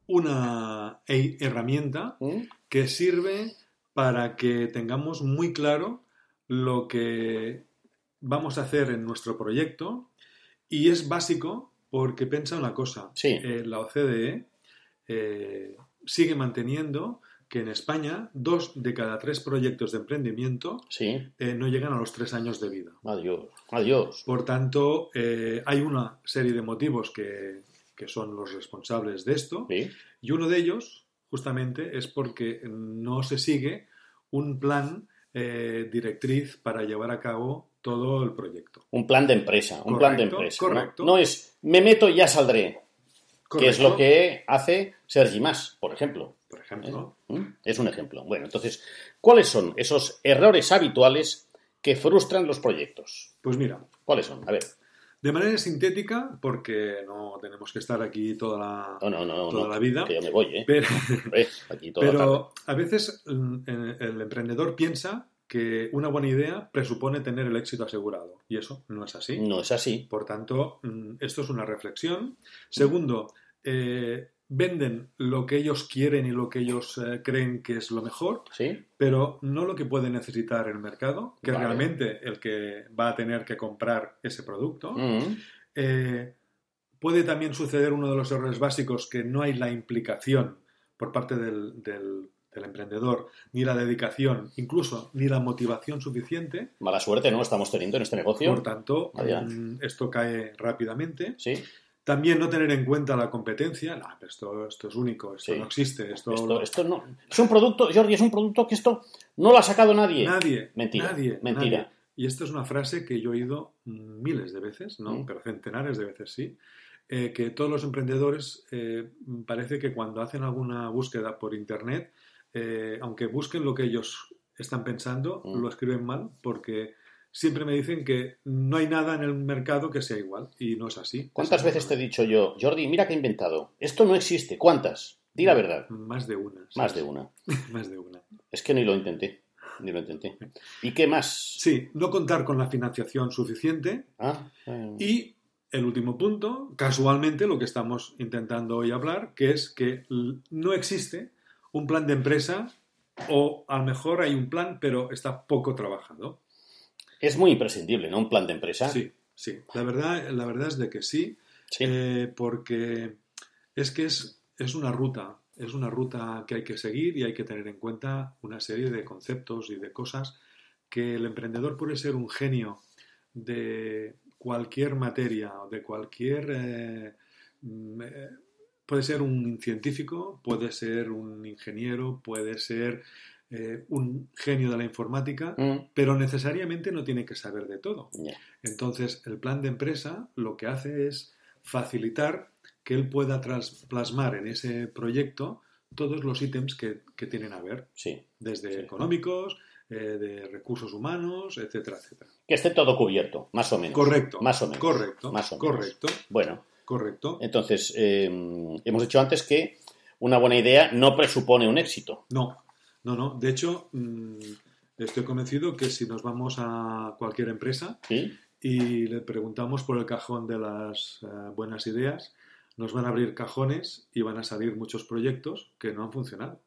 una he- herramienta ¿Mm? que sirve para que tengamos muy claro lo que vamos a hacer en nuestro proyecto y es básico porque piensa una cosa. Sí. Eh, la OCDE eh, sigue manteniendo que en España dos de cada tres proyectos de emprendimiento Sí. eh, no llegan a los tres años de vida. Adiós, adiós. Por tanto, eh, hay una serie de motivos que, que son los responsables de esto Sí, y uno de ellos justamente es porque no se sigue un plan eh, directriz para llevar a cabo todo el proyecto. Un plan de empresa, un plan de Correcto, empresa. ¿no? correcto. ¿no? es me meto y ya saldré, que es lo Correcto, que hace Sergi Mas, por ejemplo. Por ejemplo, ¿Mm? Es un ejemplo. Bueno, entonces, ¿cuáles son esos errores habituales que frustran los proyectos? pues mira, ¿Cuáles son? A ver, de manera sintética, porque no tenemos que estar aquí toda la... no, no, no, Toda no, la vida. que yo me voy, ¿eh? Pero- Hombre, Aquí toda la tarde. Pero a veces mm, el, el emprendedor piensa que una buena idea presupone tener el éxito asegurado. Y eso no es así. No es así. Por tanto, mm, esto es una reflexión. Segundo, eh, venden lo que ellos quieren y lo que ellos eh, creen que es lo mejor, ¿Sí? pero no lo que puede necesitar el mercado, que es Vale. realmente el que va a tener que comprar ese producto. Mm, Eh, puede también suceder uno de los errores básicos que no hay la implicación por parte del, del- del emprendedor, ni la dedicación, incluso ni la motivación suficiente. Mala suerte, ¿no? Estamos teniendo en este negocio. Por tanto, Vaya. mm, esto cae rápidamente. Sí, También no tener en cuenta la competencia. Nah, pero esto, esto es único, esto Sí. no existe. Esto, esto, esto no. Es un producto, Jordi, es un producto que esto no lo ha sacado nadie. Nadie. Mentira, nadie, mentira. nadie. Y esta es una frase que yo he oído miles de veces, no, Mm. pero centenares de veces sí, eh, que todos los emprendedores eh, parece que cuando hacen alguna búsqueda por internet, eh, aunque busquen lo que ellos están pensando, Mm. lo escriben mal porque siempre me dicen que no hay nada en el mercado que sea igual y no es así. ¿Cuántas veces te he dicho yo, Jordi, mira que he inventado? Esto no existe. ¿Cuántas? Di la verdad. Más de una. sí, Más sí, de una. Más de una. Es que ni lo intenté. Ni lo intenté. ¿Y qué más? Sí, no contar con la financiación suficiente Ah, eh, Y el último punto, casualmente lo que estamos intentando hoy hablar, que es que l- no existe un plan de empresa o a lo mejor hay un plan pero está poco trabajado. Es muy imprescindible, ¿no? Un plan de empresa. Sí, sí. La verdad, la verdad es de que sí, Sí. eh, porque es que es, es una ruta, es una ruta que hay que seguir y hay que tener en cuenta una serie de conceptos y de cosas que el emprendedor puede ser un genio de cualquier materia o de cualquier... eh, mm, eh, puede ser un científico, puede ser un ingeniero, puede ser eh, un genio de la informática, Mm, pero necesariamente no tiene que saber de todo. ya. Entonces, el plan de empresa lo que hace es facilitar que él pueda tras- plasmar en ese proyecto todos los ítems que, que tienen a ver, Sí. desde Sí. económicos, eh, de recursos humanos, etcétera, etcétera. Que esté todo cubierto, más o menos. Correcto. Más o menos. Correcto. Más o menos. correcto. Bueno, Correcto. entonces, eh, hemos dicho antes que una buena idea no presupone un éxito. No, no, no. De hecho, mm, estoy convencido que si nos vamos a cualquier empresa ¿Sí? y le preguntamos por el cajón de las eh, buenas ideas, nos van a abrir cajones y van a salir muchos proyectos que no han funcionado.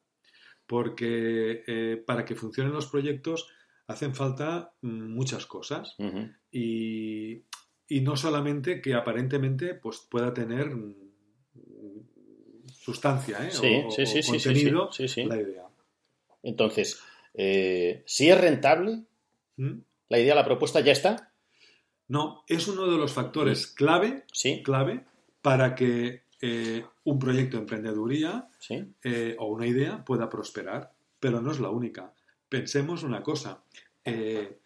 Porque eh, para que funcionen los proyectos hacen falta mm, muchas cosas Ujú. y, y no solamente que aparentemente pues, pueda tener mm, sustancia ¿eh? Sí, o, sí, sí, o sí, sí, sí, contenido sí, sí. la idea. Entonces, eh, si es rentable, ¿Mm? la idea, la propuesta ya está. No, es uno de los factores clave, Sí, clave para que eh, un proyecto de emprendeduría sí. eh, o una idea pueda prosperar, pero no es la única. Pensemos una cosa, eh,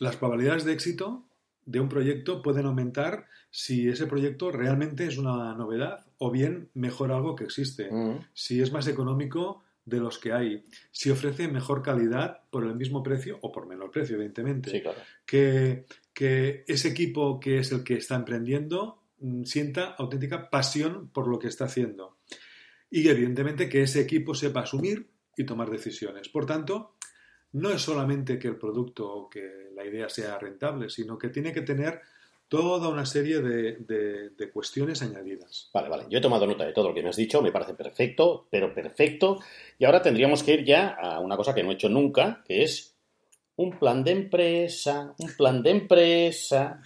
las probabilidades de éxito de un proyecto pueden aumentar si ese proyecto realmente es una novedad o bien mejora algo que existe, Mm, si es más económico de los que hay, si ofrece mejor calidad por el mismo precio o por menor precio, evidentemente Sí, claro. que, que ese equipo que es el que está emprendiendo mm, sienta auténtica pasión por lo que está haciendo. Y evidentemente que ese equipo sepa asumir y tomar decisiones. Por tanto, no es solamente que el producto o que la idea sea rentable, sino que tiene que tener toda una serie de, de- de cuestiones añadidas. Vale, vale. Yo he tomado nota de todo lo que me has dicho, me parece perfecto, pero perfecto. Y ahora tendríamos que ir ya a una cosa que no he hecho nunca, que es un plan de empresa, un plan de empresa.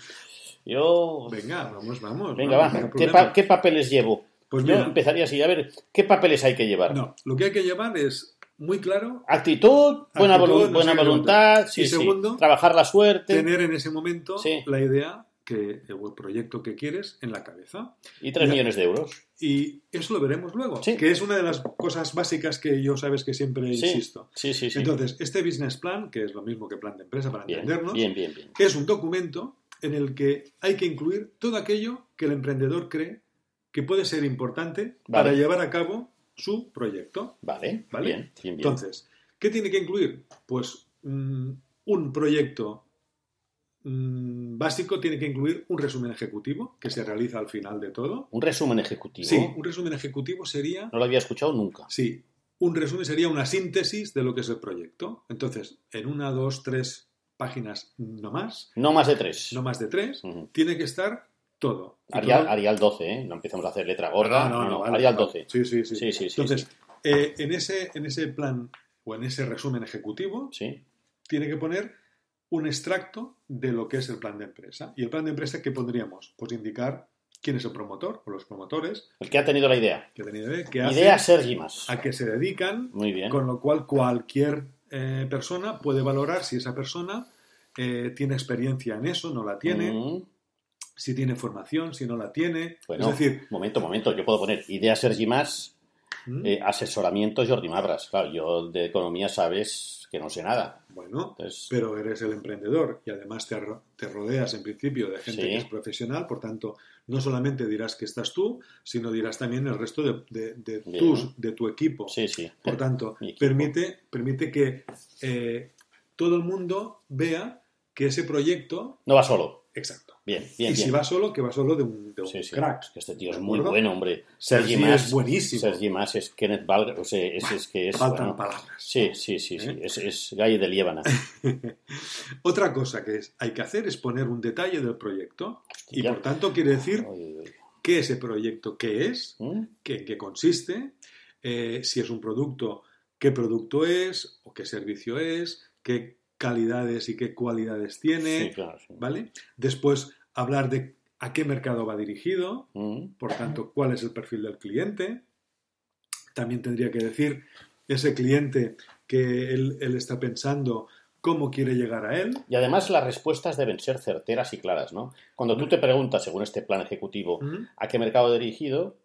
Yo... Venga, vamos, vamos. Venga, vamos, no va. hay ¿Qué, problema. pa- qué papeles llevo? Pues Yo mira. empezaría así, a ver, ¿qué papeles hay que llevar? No, lo que hay que llevar es muy claro Actitud, buena, Actitud, volu- no buena sé qué voluntad, preguntar. sí, Y sí. segundo, trabajar la suerte tener en ese momento Sí. la idea que el proyecto que quieres en la cabeza. y 3 Ya. millones de euros. Y eso lo veremos luego, Sí. que es una de las cosas básicas que yo sabes que siempre Sí, insisto. Sí, sí, sí. Entonces, este business plan, que es lo mismo que plan de empresa para bien, entendernos, bien, bien, bien. es un documento en el que hay que incluir todo aquello que el emprendedor cree que puede ser importante Vale. para llevar a cabo su proyecto. Vale, Vale. bien, bien, bien. Entonces, ¿qué tiene que incluir? Pues mm, un proyecto mm, básico tiene que incluir un resumen ejecutivo que se realiza al final de todo. un resumen ejecutivo. Ah. Sí, un resumen ejecutivo sería No lo había escuchado nunca. Sí, un resumen sería una síntesis de lo que es el proyecto. Entonces, en una, dos, tres páginas, no más, No más de tres. no más de tres, Ujú. tiene que estar todo. Y Arial, todo- Arial 12, ¿eh? No empecemos a hacer letra gorda. No, no, no, vale, Arial vale. 12. Sí, sí, sí. Sí, sí, sí. Entonces, eh, en, ese, en ese plan o en ese resumen ejecutivo, Sí. tiene que poner un extracto de lo que es el plan de empresa. ¿Y el plan de empresa qué pondríamos? Pues indicar quién es el promotor o los promotores El que ha tenido la idea. que tiene idea, que Idea hacen, Sergi más. a qué se dedican, ¿eh? Muy bien. Con lo cual, cualquier eh, persona puede valorar si esa persona eh, tiene experiencia en eso, no la tiene, Mm, si tiene formación, si no la tiene. Bueno, es decir, momento, momento. Yo puedo poner idea Sergi más, mm, eh, asesoramiento Jordi Mabras. Claro, yo de economía sabes que no sé nada. mm, bueno, Entonces, pero eres el emprendedor y además te, ro- te rodeas en principio de gente Sí. que es profesional, por tanto, no solamente dirás que estás tú, sino dirás también el resto de, de- de Bien. tus, de tu equipo. sí, sí. Por tanto, Mi equipo. permite, permite que eh, todo el mundo vea que ese proyecto, No va solo. exacto, Bien, bien, y bien. si va solo, que va solo de un, de un Sí, sí. crack. Es que este tío es ¿De muy acuerdo? bueno, hombre. Sergi Mas- es buenísimo. Sergi Mas es Kenneth Valga, o sea, es, es que es... Faltan bueno, palabras. Sí, sí, sí, sí. ¿Eh? Es, es Galle de Liébana. Otra cosa que es- hay que hacer es poner un detalle del proyecto y Hostia. por tanto quiere decir Uy, uy, qué ese proyecto qué es, uy. ¿Mm? qué, en qué consiste, eh, si es un producto, qué producto es o qué servicio es, qué calidades y qué cualidades tiene, Sí, claro. sí. ¿vale? Después hablar de a qué mercado va dirigido, ¿Mm? Por tanto, ¿cuál es el perfil del cliente? También tendría que decir ese cliente que él, él está pensando cómo quiere llegar a él. Y además las respuestas deben ser certeras y claras, ¿no? Cuando tú te preguntas, según este plan ejecutivo, Ujú. a qué mercado dirigido,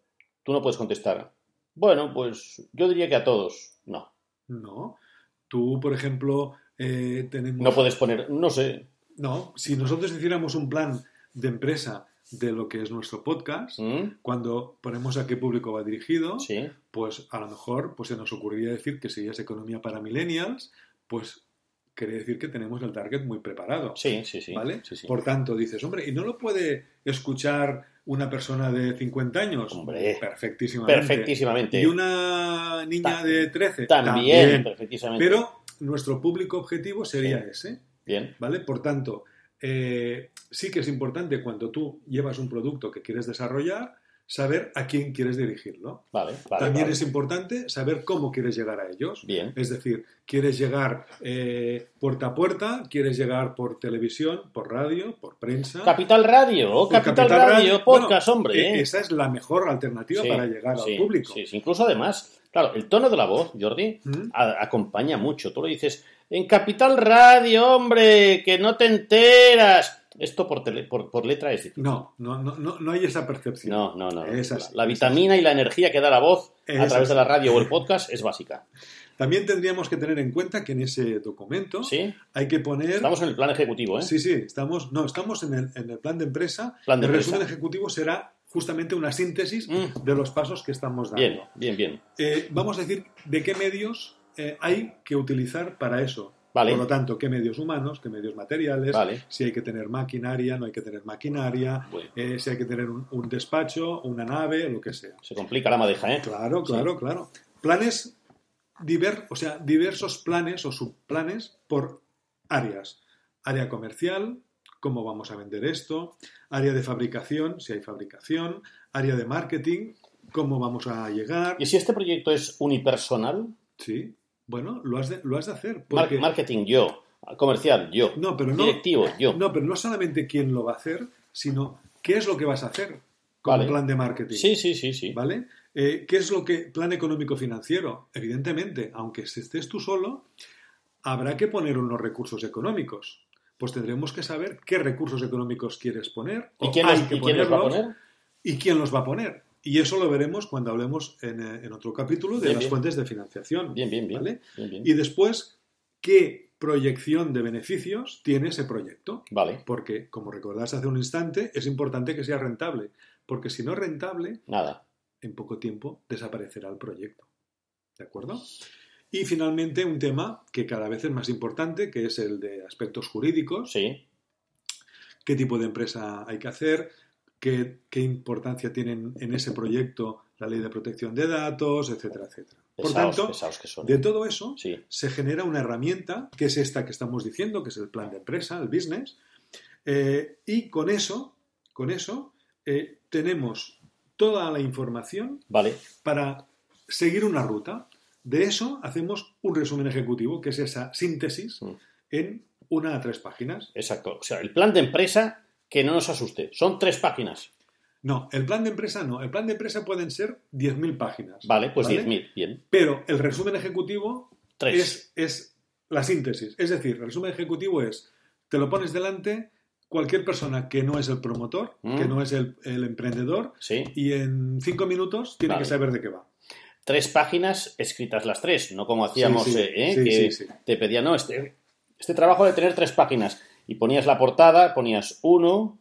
tú no puedes contestar. Bueno, pues yo diría que a todos. No. No. Tú, por ejemplo, eh, tenemos... No puedes poner, no sé. No, si nosotros hiciéramos un plan de empresa de lo que es nuestro podcast, ¿Mm? cuando ponemos a qué público va dirigido, Sí. pues a lo mejor pues se nos ocurriría decir que si es economía para millennials, pues quiere decir que tenemos el target muy preparado. Sí, sí, sí. ¿Vale? Sí, sí. Por tanto, dices, hombre, ¿y no lo puede escuchar una persona de 50 años? Hombre, perfectísimamente. Perfectísimamente. Y una niña Ta- de 13. También, perfectísimamente. Pero nuestro público objetivo sería ese, Bien. ¿vale? Por tanto, eh, sí que es importante cuando tú llevas un producto que quieres desarrollar, saber a quién quieres dirigirlo. Vale, vale. También vale. es importante saber cómo quieres llegar a ellos. Bien. Es decir, quieres llegar eh, puerta a puerta, quieres llegar por televisión, por radio, por prensa. Capital Radio, oh, por Capital, Radio, Bueno, podcast, hombre. e- ¿eh? Esa es la mejor alternativa Sí, para llegar sí, al público. sí, sí. Incluso además, claro, el tono de la voz, Jordi, ¿Mm? a- acompaña mucho. Tú lo dices, en Capital Radio, hombre, que no te enteras. Esto por, tele- por, por letra es difícil. No, no, no, no, no hay esa percepción. No, no, no. no. Es la, así, la es vitamina y la energía que da la voz Es a través así. de la radio o el podcast es básica. También tendríamos que tener en cuenta que en ese documento ¿Sí? hay que poner. Estamos en el plan ejecutivo, ¿eh? Sí, sí, estamos. No, estamos en el, en el plan de empresa. Plan de el empresa. resumen ejecutivo será justamente una síntesis Mm. de los pasos que estamos dando. Bien, bien, bien. Eh, vamos a decir de qué medios eh, hay que utilizar para eso. Vale. Por lo tanto, qué medios humanos, qué medios materiales, Vale. si hay que tener maquinaria, no hay que tener maquinaria, Bueno. eh, si hay que tener un, un despacho, una nave, lo que sea. Se complica la madeja, ¿eh? Claro, claro, claro. Planes, diver- o sea, diversos planes o subplanes por áreas. Área comercial, cómo vamos a vender esto, área de fabricación, si hay fabricación, área de marketing, cómo vamos a llegar. ¿Y si este proyecto es unipersonal? Sí, bueno, lo has de, lo has de hacer. Mar- Porque, Marketing yo, comercial yo, no, pero no, directivo yo. no, pero no solamente quién lo va a hacer, sino qué es lo que vas a hacer con Vale. el plan de marketing. sí, sí, sí, sí. ¿Vale? Eh, ¿Qué es lo que. Plan económico financiero? Evidentemente, aunque estés tú solo, habrá que poner unos recursos económicos. Pues tendremos que saber qué recursos económicos quieres poner. ¿Y o quién, hay los- que y quién los va a ponerlos, poner? y quién los va a poner. Y eso lo veremos cuando hablemos en, eh, en otro capítulo de Bien, las bien. fuentes de financiación. Bien, bien, bien. ¿Vale? bien, bien. Y después, ¿qué proyección de beneficios tiene ese proyecto? Vale, Porque, como recordás hace un instante, es importante que sea rentable. Porque si no es rentable, nada. en poco tiempo desaparecerá el proyecto. ¿De acuerdo? Y finalmente un tema que cada vez es más importante, que es el de aspectos jurídicos, Sí, qué tipo de empresa hay que hacer, qué, qué importancia tienen en ese proyecto la ley de protección de datos, etcétera, etcétera. Por pesados, tanto, pesados que son. de todo eso Sí, se genera una herramienta, que es esta que estamos diciendo, que es el plan de empresa, el business, eh, y con eso, con eso, eh, tenemos toda la información vale, para seguir una ruta. De eso hacemos un resumen ejecutivo, que es esa síntesis Mm. en una a tres páginas. exacto. O sea, el plan de empresa que no nos asuste. Son tres páginas. No, el plan de empresa no. El plan de empresa pueden ser 10.000 páginas. Vale, pues 10.000. Bien, Pero el resumen ejecutivo tres. es, es la síntesis. Es decir, el resumen ejecutivo es, te lo pones delante cualquier persona que no es el promotor, Mm. que no es el, el emprendedor, Sí, y en cinco minutos tiene Vale. que saber de qué va. tres páginas escritas las tres, no como hacíamos, Sí, sí, eh, eh, sí, que sí, sí. te pedían, no, este, este trabajo de tener tres páginas. Y ponías la portada, ponías uno,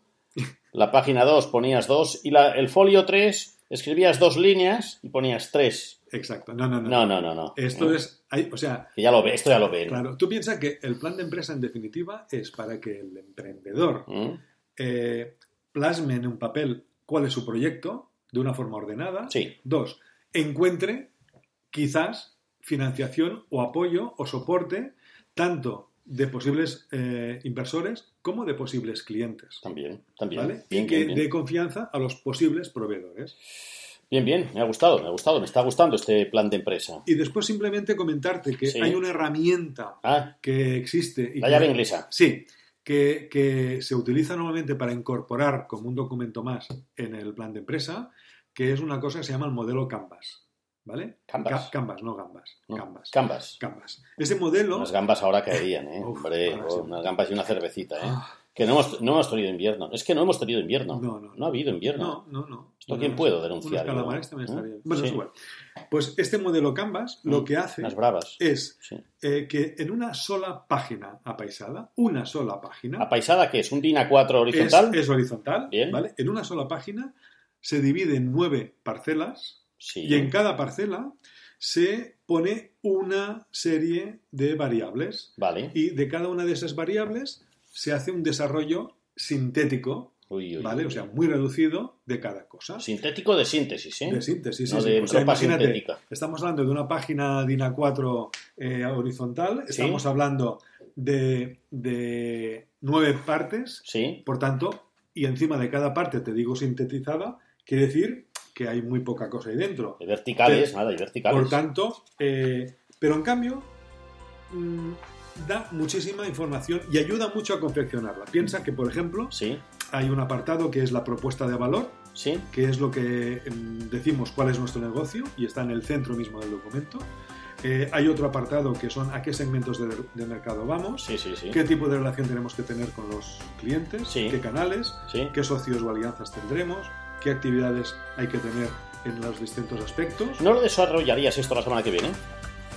la página dos ponías dos, y la- el folio tres escribías dos líneas y ponías tres. Exacto. No, no, no. No, Mm. no, no, no. Eh, Esto es, hay- o sea, Que ya lo ve, esto ya lo ven. Claro, tú piensas que el plan de empresa en definitiva es para que el emprendedor ¿Mm? eh, plasme en un papel cuál es su proyecto de una forma ordenada. Sí. Dos, encuentre quizás financiación o apoyo o soporte tanto de posibles eh, inversores como de posibles clientes. También, también. ¿vale? Bien, y que bien, bien. dé confianza a los posibles proveedores. Bien, bien, me ha gustado, me ha gustado, me está gustando este plan de empresa. Y después simplemente comentarte que Sí. hay una herramienta Ah, que existe y la que- llave inglesa. Sí, que, que se utiliza normalmente para incorporar como un documento más en el plan de empresa, que es una cosa que se llama el modelo Canvas. ¿vale? Canvas. Ca- Canvas, no gambas. No, Canvas. Canvas. Canvas. Ese modelo... Unas gambas ahora caerían, ¿eh? Uf, Hombre, ahora oh, sí. unas gambas y una cervecita, ¿eh? Ah, Que no hemos, no hemos tenido invierno. Es que no hemos tenido invierno. No, no, no. ha habido invierno. No, no, no. ¿Esto a No, quién no, puedo unos denunciar, no? calamares también está ¿Eh? bien. Bueno, es Sí. ¿Mm? igual. Pues este modelo Canvas lo que hace Unas bravas. es Sí. eh, que en una sola página apaisada, una sola página, ¿Apaisada qué es? ¿Un DIN A4 es, horizontal? es horizontal, Bien. ¿vale? En una sola página se divide en nueve parcelas Sí. y en cada parcela se pone una serie de variables Vale. y de cada una de esas variables se hace un desarrollo sintético, Uy, uy, ¿vale? uy. O sea, muy reducido de cada cosa. Sintético de síntesis, ¿eh? De síntesis, sí, No sí. de O sea, ropa imagínate, sintética. estamos hablando de una página DINA 4 horizontal, Sí. estamos hablando de, de nueve partes, Sí. por tanto, y encima de cada parte te digo sintetizada, quiere decir que hay muy poca cosa ahí dentro. De verticales, Sí. nada, y verticales. Por tanto, eh, pero en cambio, mm, da muchísima información y ayuda mucho a confeccionarla. Piensa que, por ejemplo, Sí, hay un apartado que es la propuesta de valor, sí. que es lo que mm, decimos cuál es nuestro negocio y está en el centro mismo del documento. Eh, hay otro apartado que son a qué segmentos de, de mercado vamos, Sí, sí, sí. qué tipo de relación tenemos que tener con los clientes, Sí. qué canales, Sí. qué socios o alianzas tendremos, qué actividades hay que tener en los distintos aspectos. ¿No lo desarrollarías esto la semana que viene?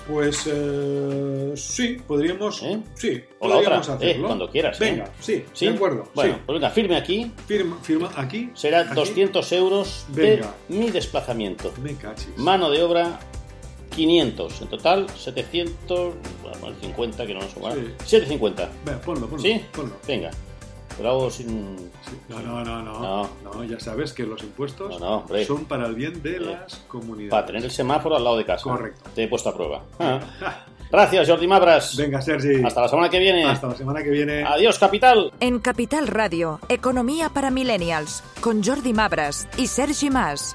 Pues eh, sí, podríamos, ¿Eh? sí, O la otra, podríamos eh, hacerlo. cuando quieras. ¿eh? Venga, sí, ¿Sí? de acuerdo. Bueno, sí. pues venga, firme aquí. Firma, firma aquí. Será aquí. 200 euros Venga. de mi desplazamiento. Me cachis. Mano de obra, 500. En total, 700... Bueno, el 50, que no nos suma. Sí. 750. Venga, ponlo, ponlo. ¿Sí? ponlo. Venga. Pero hago sin... Sí. No, no, no, no, No. no. ya sabes que los impuestos No, no, hombre. son para el bien de Eh, las comunidades. Para tener el semáforo al lado de casa. Correcto. Te he puesto a prueba. Ah. Gracias, Jordi Mabras. Venga, Sergi. Hasta la semana que viene. Hasta la semana que viene. Adiós, capital. En Capital Radio, Economía para Millennials, con Jordi Mabras y Sergi Mas.